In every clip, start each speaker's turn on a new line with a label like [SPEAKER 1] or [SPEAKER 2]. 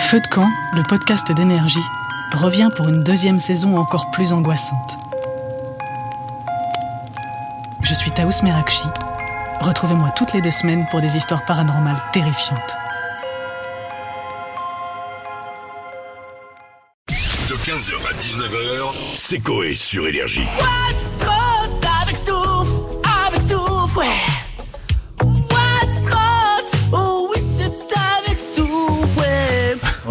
[SPEAKER 1] Feu de camp, le podcast d'énergie, revient pour une deuxième saison encore plus angoissante. Je suis Taous Merakchi. Retrouvez-moi toutes les deux semaines pour des histoires paranormales terrifiantes.
[SPEAKER 2] De 15h à 19h, c'est Coé sur Énergie.
[SPEAKER 3] What's trot avec Stouff, avec Stouff, ouais. What's trot, oh oui, c'est avec Stouff, ouais.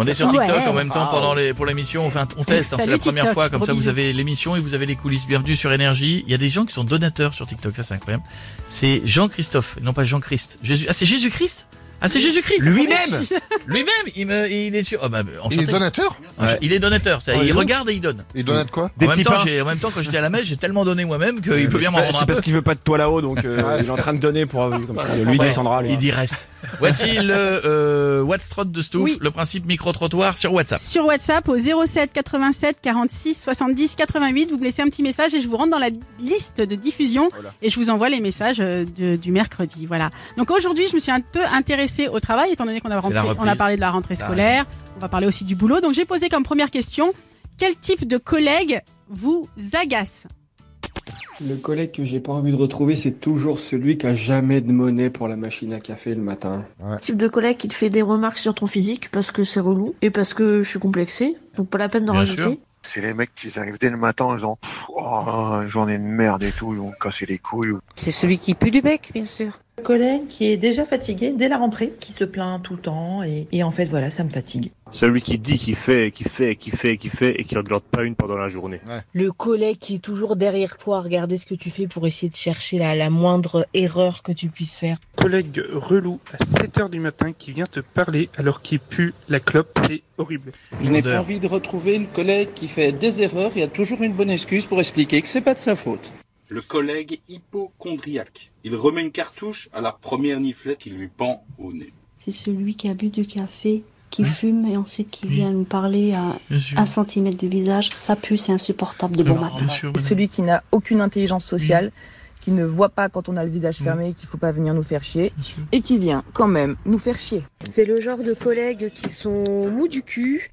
[SPEAKER 4] On est sur TikTok
[SPEAKER 5] Ah Ouais.
[SPEAKER 4] en même temps pendant les, pour l'émission. Enfin, on teste. hein, c'est
[SPEAKER 5] Salut
[SPEAKER 4] la première
[SPEAKER 5] TikTok,
[SPEAKER 4] fois. Comme
[SPEAKER 5] gros
[SPEAKER 4] ça, vous
[SPEAKER 5] bisous.
[SPEAKER 4] avez l'émission et vous avez les coulisses. Bienvenue sur Énergie. Il y a des gens qui sont donateurs sur TikTok. Ça, c'est incroyable. C'est Jean-Christophe, et non pas Jean-Christ. Jésus. Ah, c'est Jésus-Christ. Ah, c'est Jésus-Christ.
[SPEAKER 6] Lui-même
[SPEAKER 4] Lui-même. Il me, il est sur. Oh, bah,
[SPEAKER 7] Il
[SPEAKER 4] enchanté.
[SPEAKER 7] est donateur
[SPEAKER 4] Ouais. Il est donateur. c'est-à-dire,
[SPEAKER 6] Oh,
[SPEAKER 4] il
[SPEAKER 6] dis donc.
[SPEAKER 4] regarde et il donne.
[SPEAKER 7] Il donate quoi
[SPEAKER 6] Des
[SPEAKER 4] en, même
[SPEAKER 6] petits
[SPEAKER 4] temps,
[SPEAKER 6] pains.
[SPEAKER 4] j'ai- en même temps, quand j'étais à la messe, j'ai tellement donné moi-même qu'il peut bien m'en
[SPEAKER 6] Euh, C'est
[SPEAKER 4] rendre un
[SPEAKER 6] c'est
[SPEAKER 4] peu.
[SPEAKER 6] parce qu'il veut pas de toi là-haut, donc euh,
[SPEAKER 7] Ah,
[SPEAKER 6] il est en train de donner pour euh, comme ça, lui il
[SPEAKER 4] Ouais.
[SPEAKER 6] descendra. lui. hein.
[SPEAKER 4] Il dit reste. Voici le euh, What's Trot de Stouff,
[SPEAKER 5] Oui.
[SPEAKER 4] le principe micro-trottoir sur WhatsApp.
[SPEAKER 5] Sur WhatsApp au 07 87 46 70 88, vous me laissez un petit message et je vous rentre dans la liste de diffusion et je vous envoie les messages euh, de- du mercredi. Voilà. Donc aujourd'hui, je me suis un peu intéressée au travail étant donné qu'on a, rentré-
[SPEAKER 4] la reprise.
[SPEAKER 5] on a parlé de la rentrée
[SPEAKER 4] T'as
[SPEAKER 5] scolaire, on va parler aussi du boulot. Donc j'ai posé comme première question, quel type de collègue vous agace
[SPEAKER 8] Le collègue que j'ai pas envie de retrouver, c'est toujours celui qui a jamais de monnaie pour la machine à café le matin.
[SPEAKER 9] type de collègue qui te fait des remarques sur ton physique parce que c'est relou et parce que je suis complexée, donc pas la peine d'en
[SPEAKER 4] Bien
[SPEAKER 9] rajouter.
[SPEAKER 4] sûr.
[SPEAKER 10] C'est les mecs qui arrivent dès le matin en disant Pff, oh, une journée de merde et tout, ils vont me casser les couilles.
[SPEAKER 11] C'est celui qui pue du bec, bien sûr.
[SPEAKER 9] Le collègue qui est déjà fatigué dès la rentrée, qui se plaint tout le temps et, en fait voilà, ça me fatigue.
[SPEAKER 11] Celui qui dit qu'il fait, qui fait, qui fait, qui fait et qui regarde pas une pendant la journée.
[SPEAKER 9] Le collègue qui est toujours derrière toi à regarder ce que tu fais pour essayer de chercher la, la moindre erreur que tu puisses faire.
[SPEAKER 11] Collègue relou à 7h du matin qui vient te parler alors qu'il pue la clope, c'est horrible.
[SPEAKER 4] Je n'ai pas Odeur.
[SPEAKER 8] envie de retrouver le collègue qui fait des erreurs et a toujours une bonne excuse pour expliquer que c'est pas de sa faute.
[SPEAKER 11] Le collègue hypochondriaque. Il remet une cartouche à la première niflette qui lui pend au nez.
[SPEAKER 9] C'est celui qui a bu du café, qui fume et ensuite qui vient me parler à
[SPEAKER 4] Bien sûr.
[SPEAKER 9] un centimètre du visage. Ça pue, c'est insupportable de bon matin.
[SPEAKER 4] Bien sûr, madame.
[SPEAKER 9] celui qui n'a aucune intelligence sociale, qui ne voit pas quand on a le visage
[SPEAKER 4] Mm.
[SPEAKER 9] fermé qu'il faut pas venir nous faire chier,
[SPEAKER 4] Bien sûr.
[SPEAKER 9] et qui vient quand même nous faire chier.
[SPEAKER 11] C'est le genre de collègues qui sont mous du cul.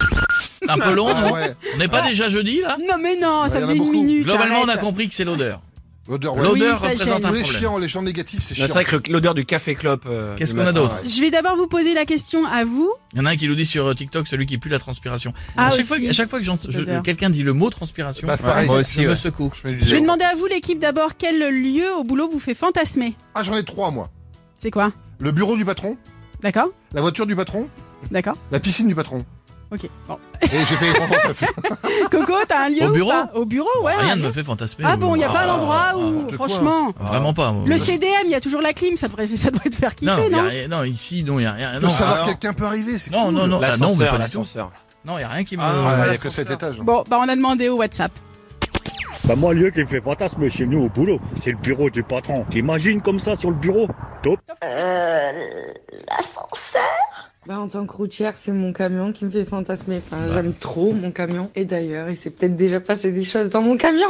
[SPEAKER 4] Un peu long,
[SPEAKER 7] Ah
[SPEAKER 4] non
[SPEAKER 7] ouais,
[SPEAKER 4] On n'est pas déjà jeudi, là
[SPEAKER 5] Non mais non,
[SPEAKER 7] Bah,
[SPEAKER 5] ça
[SPEAKER 7] y en a
[SPEAKER 5] faisait une
[SPEAKER 7] beaucoup.
[SPEAKER 5] minute.
[SPEAKER 4] Globalement, on a
[SPEAKER 5] arrête.
[SPEAKER 4] compris que c'est l'odeur.
[SPEAKER 7] l'odeur, ouais.
[SPEAKER 5] Oui,
[SPEAKER 4] L'odeur
[SPEAKER 5] ça
[SPEAKER 4] représente un
[SPEAKER 5] gêne.
[SPEAKER 7] Tous les
[SPEAKER 4] problème.
[SPEAKER 7] chiants, les gens négatifs, c'est
[SPEAKER 6] Non,
[SPEAKER 7] chiant.
[SPEAKER 6] C'est vrai que le- l'odeur du café clope. euh,
[SPEAKER 4] Qu'est-ce
[SPEAKER 6] du
[SPEAKER 4] qu'on a
[SPEAKER 6] matin,
[SPEAKER 4] d'autre
[SPEAKER 7] ouais.
[SPEAKER 5] Je vais d'abord vous poser la question à vous.
[SPEAKER 4] Il y en a un qui nous dit sur euh, TikTok, celui qui pue la transpiration.
[SPEAKER 5] Ah,
[SPEAKER 4] à, chaque
[SPEAKER 5] aussi.
[SPEAKER 4] fois, que- à chaque fois que j'en- je-
[SPEAKER 5] L'odeur.
[SPEAKER 4] quelqu'un dit le mot transpiration,
[SPEAKER 7] Bah, c'est pareil.
[SPEAKER 6] Moi
[SPEAKER 4] je
[SPEAKER 6] aussi,
[SPEAKER 4] me
[SPEAKER 6] ouais.
[SPEAKER 4] secoue.
[SPEAKER 7] Je mets du
[SPEAKER 5] Je vais
[SPEAKER 7] zéro.
[SPEAKER 5] demander à vous l'équipe d'abord quel lieu au boulot vous fait fantasmer.
[SPEAKER 7] Ah, j'en ai trois, moi.
[SPEAKER 5] C'est quoi
[SPEAKER 7] Le bureau du patron,
[SPEAKER 5] D'accord
[SPEAKER 7] la voiture du patron,
[SPEAKER 5] D'accord
[SPEAKER 7] la piscine du patron.
[SPEAKER 5] Ok. Bon.
[SPEAKER 7] Et j'ai fait les trois fantasmes.
[SPEAKER 5] Coco, t'as un lieu
[SPEAKER 4] Au
[SPEAKER 5] ou
[SPEAKER 4] bureau
[SPEAKER 5] pas Au bureau, ouais. un
[SPEAKER 4] Rien ne
[SPEAKER 5] lieu.
[SPEAKER 4] me fait fantasmer.
[SPEAKER 5] Ah bon, il n'y a
[SPEAKER 4] Ah,
[SPEAKER 5] pas un endroit
[SPEAKER 4] ah,
[SPEAKER 5] où,
[SPEAKER 7] n'importe quoi.
[SPEAKER 5] franchement,
[SPEAKER 4] ah, Vraiment pas. moi.
[SPEAKER 5] le CDM, il y a toujours la clim, ça devrait, ça devrait te faire
[SPEAKER 4] Non,
[SPEAKER 5] kiffer,
[SPEAKER 4] y a
[SPEAKER 5] non,
[SPEAKER 4] rien- non, ici, non, il n'y a rien.
[SPEAKER 7] De
[SPEAKER 4] Non,
[SPEAKER 7] savoir
[SPEAKER 4] ah,
[SPEAKER 7] que quelqu'un peut arriver, c'est
[SPEAKER 4] non, non, non, ah, non, mais
[SPEAKER 6] L'ascenseur,
[SPEAKER 4] pas du tout.
[SPEAKER 6] l'ascenseur.
[SPEAKER 4] Non, il n'y a rien qui me.
[SPEAKER 7] Ah, ouais, il y a
[SPEAKER 4] Ouais,
[SPEAKER 7] que cet étage.
[SPEAKER 5] Bon, bah on a demandé au WhatsApp.
[SPEAKER 11] Bah moi, le lieu qui me fait fantasme chez nous au boulot, c'est le bureau du patron. T'imagines comme ça sur le bureau
[SPEAKER 9] Bah, en tant que routière, c'est mon camion qui me fait fantasmer. Enfin,
[SPEAKER 10] Bah.
[SPEAKER 9] J'aime trop mon camion. Et d'ailleurs, il s'est peut-être déjà passé des choses dans mon camion.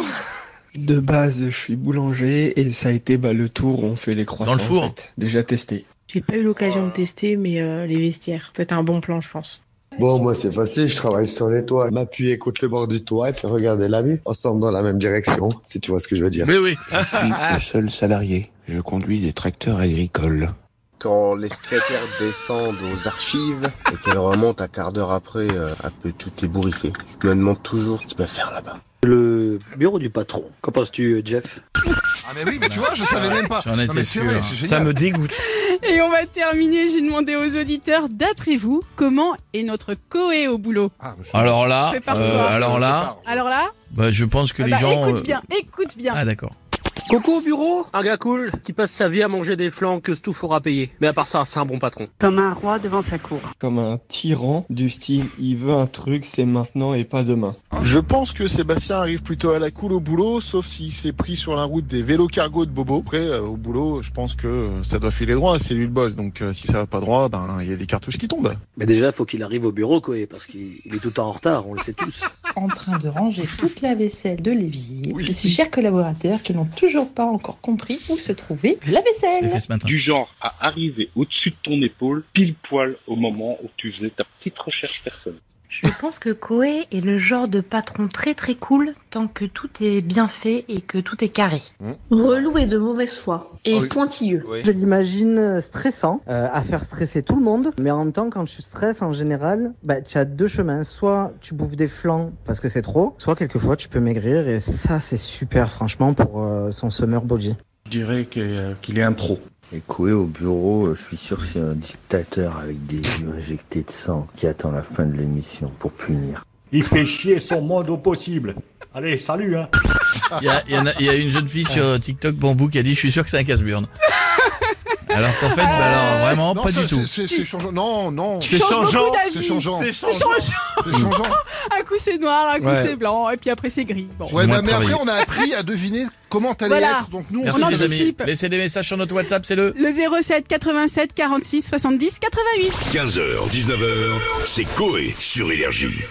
[SPEAKER 8] De base, je suis boulanger et ça a été bah, le tour où on fait les croissants.
[SPEAKER 4] le four.
[SPEAKER 8] en fait. Déjà testé.
[SPEAKER 9] J'ai pas eu l'occasion de tester, mais euh, les vestiaires, peut-être un bon plan, je pense.
[SPEAKER 10] Bon, moi c'est facile, je travaille sur les toits. M'appuyer contre le bord du toit et puis regarder la vue, ensemble dans la même direction, si tu vois ce que je veux dire.
[SPEAKER 4] Mais oui.
[SPEAKER 10] Je suis le seul salarié. Je conduis des tracteurs agricoles. Quand les secrétaires descendent aux archives et qu'elles remontent un quart d'heure après, euh, un peu tout ébouriffé, je me demande toujours ce qu'ils peuvent faire là-bas.
[SPEAKER 11] Le bureau du patron. Qu'en penses-tu, Jeff
[SPEAKER 7] Ah, mais oui, mais tu vois, je savais même pas.
[SPEAKER 4] J'en étais
[SPEAKER 7] Non, mais c'est
[SPEAKER 4] sûr.
[SPEAKER 7] vrai, c'est génial.
[SPEAKER 6] Ça me dégoûte.
[SPEAKER 5] Et on va terminer, j'ai demandé aux auditeurs, d'après vous, comment est notre coé au boulot
[SPEAKER 7] Ah, mais je-
[SPEAKER 4] Alors là,
[SPEAKER 5] Prépare-toi.
[SPEAKER 4] euh, alors là,
[SPEAKER 7] Je
[SPEAKER 5] Alors là,
[SPEAKER 4] bah, je pense que
[SPEAKER 5] ah
[SPEAKER 4] les
[SPEAKER 5] bah,
[SPEAKER 4] gens. euh,
[SPEAKER 5] écoute bien, écoute bien.
[SPEAKER 4] Ah d'accord.
[SPEAKER 11] Coco au bureau Un gars cool qui passe sa vie à manger des flancs que Stouff aura payé. Mais à part ça, c'est un bon patron.
[SPEAKER 9] Comme un roi devant sa cour.
[SPEAKER 8] Comme un tyran du style, il veut un truc, c'est maintenant et pas demain.
[SPEAKER 10] Je pense que Sébastien arrive plutôt à la cool au boulot, sauf s'il s'est pris sur la route des vélos cargo de Bobo. Après, euh, au boulot, je pense que euh, ça doit filer droit, c'est lui le boss. Donc euh, si ça va pas droit, ben il y a des cartouches qui tombent.
[SPEAKER 11] Mais déjà, faut qu'il arrive au bureau, quoi, parce qu'il est tout le temps en retard, on le sait tous.
[SPEAKER 10] en train de ranger toute la vaisselle de l'évier de ses chers collaborateurs qui n'ont toujours pas encore compris où se trouvait la vaisselle.
[SPEAKER 12] Du genre à arriver au-dessus de ton épaule, pile poil au moment où tu faisais ta petite recherche personnelle.
[SPEAKER 13] Je pense que Koé est le genre de patron très très cool tant que tout est bien fait et que tout est carré.
[SPEAKER 14] Mmh. Relou et de mauvaise foi.
[SPEAKER 15] Ah
[SPEAKER 14] Et pointilleux.
[SPEAKER 9] Je l'imagine euh, stressant, euh, à faire stresser tout le monde. Mais en même temps, quand tu stresses, en général, bah, tu as deux chemins. Soit tu bouffes des flancs parce que c'est trop, soit quelquefois tu peux maigrir. Et ça, c'est super, franchement, pour euh, son summer body.
[SPEAKER 15] Je dirais qu'il est un pro. Et Coué au bureau, euh, je suis sûr que c'est un dictateur avec des yeux injectés de sang qui attend la fin de l'émission pour punir.
[SPEAKER 11] Il fait chier son monde au possible. Allez, salut, hein.
[SPEAKER 4] Il y a, il y en a- il y a une jeune fille sur TikTok, Bambou, qui a dit, je suis sûr que c'est un casse-burne. Alors qu'en fait,
[SPEAKER 5] Ah.
[SPEAKER 4] bah alors, vraiment,
[SPEAKER 7] Non,
[SPEAKER 4] pas
[SPEAKER 7] ça,
[SPEAKER 4] du tout.
[SPEAKER 7] c'est- C'est changeant. Non, non.
[SPEAKER 4] Tu C'est changes changeant. beaucoup
[SPEAKER 5] d'avis.
[SPEAKER 7] C'est changeant.
[SPEAKER 5] C'est changeant.
[SPEAKER 7] C'est changeant.
[SPEAKER 5] un coup c'est noir, un coup
[SPEAKER 7] Ouais.
[SPEAKER 5] c'est blanc, et puis après c'est gris. Bon.
[SPEAKER 7] Ouais, bah, mais
[SPEAKER 4] travaillé.
[SPEAKER 7] après, on a appris à deviner comment t'allais
[SPEAKER 5] Voilà.
[SPEAKER 7] être. Donc nous,
[SPEAKER 4] Merci,
[SPEAKER 7] on
[SPEAKER 4] les amis.
[SPEAKER 5] anticipe.
[SPEAKER 4] Laissez des messages sur notre WhatsApp, c'est le...
[SPEAKER 5] Le 07 87 46 70 88.
[SPEAKER 16] 15h, 19h, c'est Coé sur Énergie.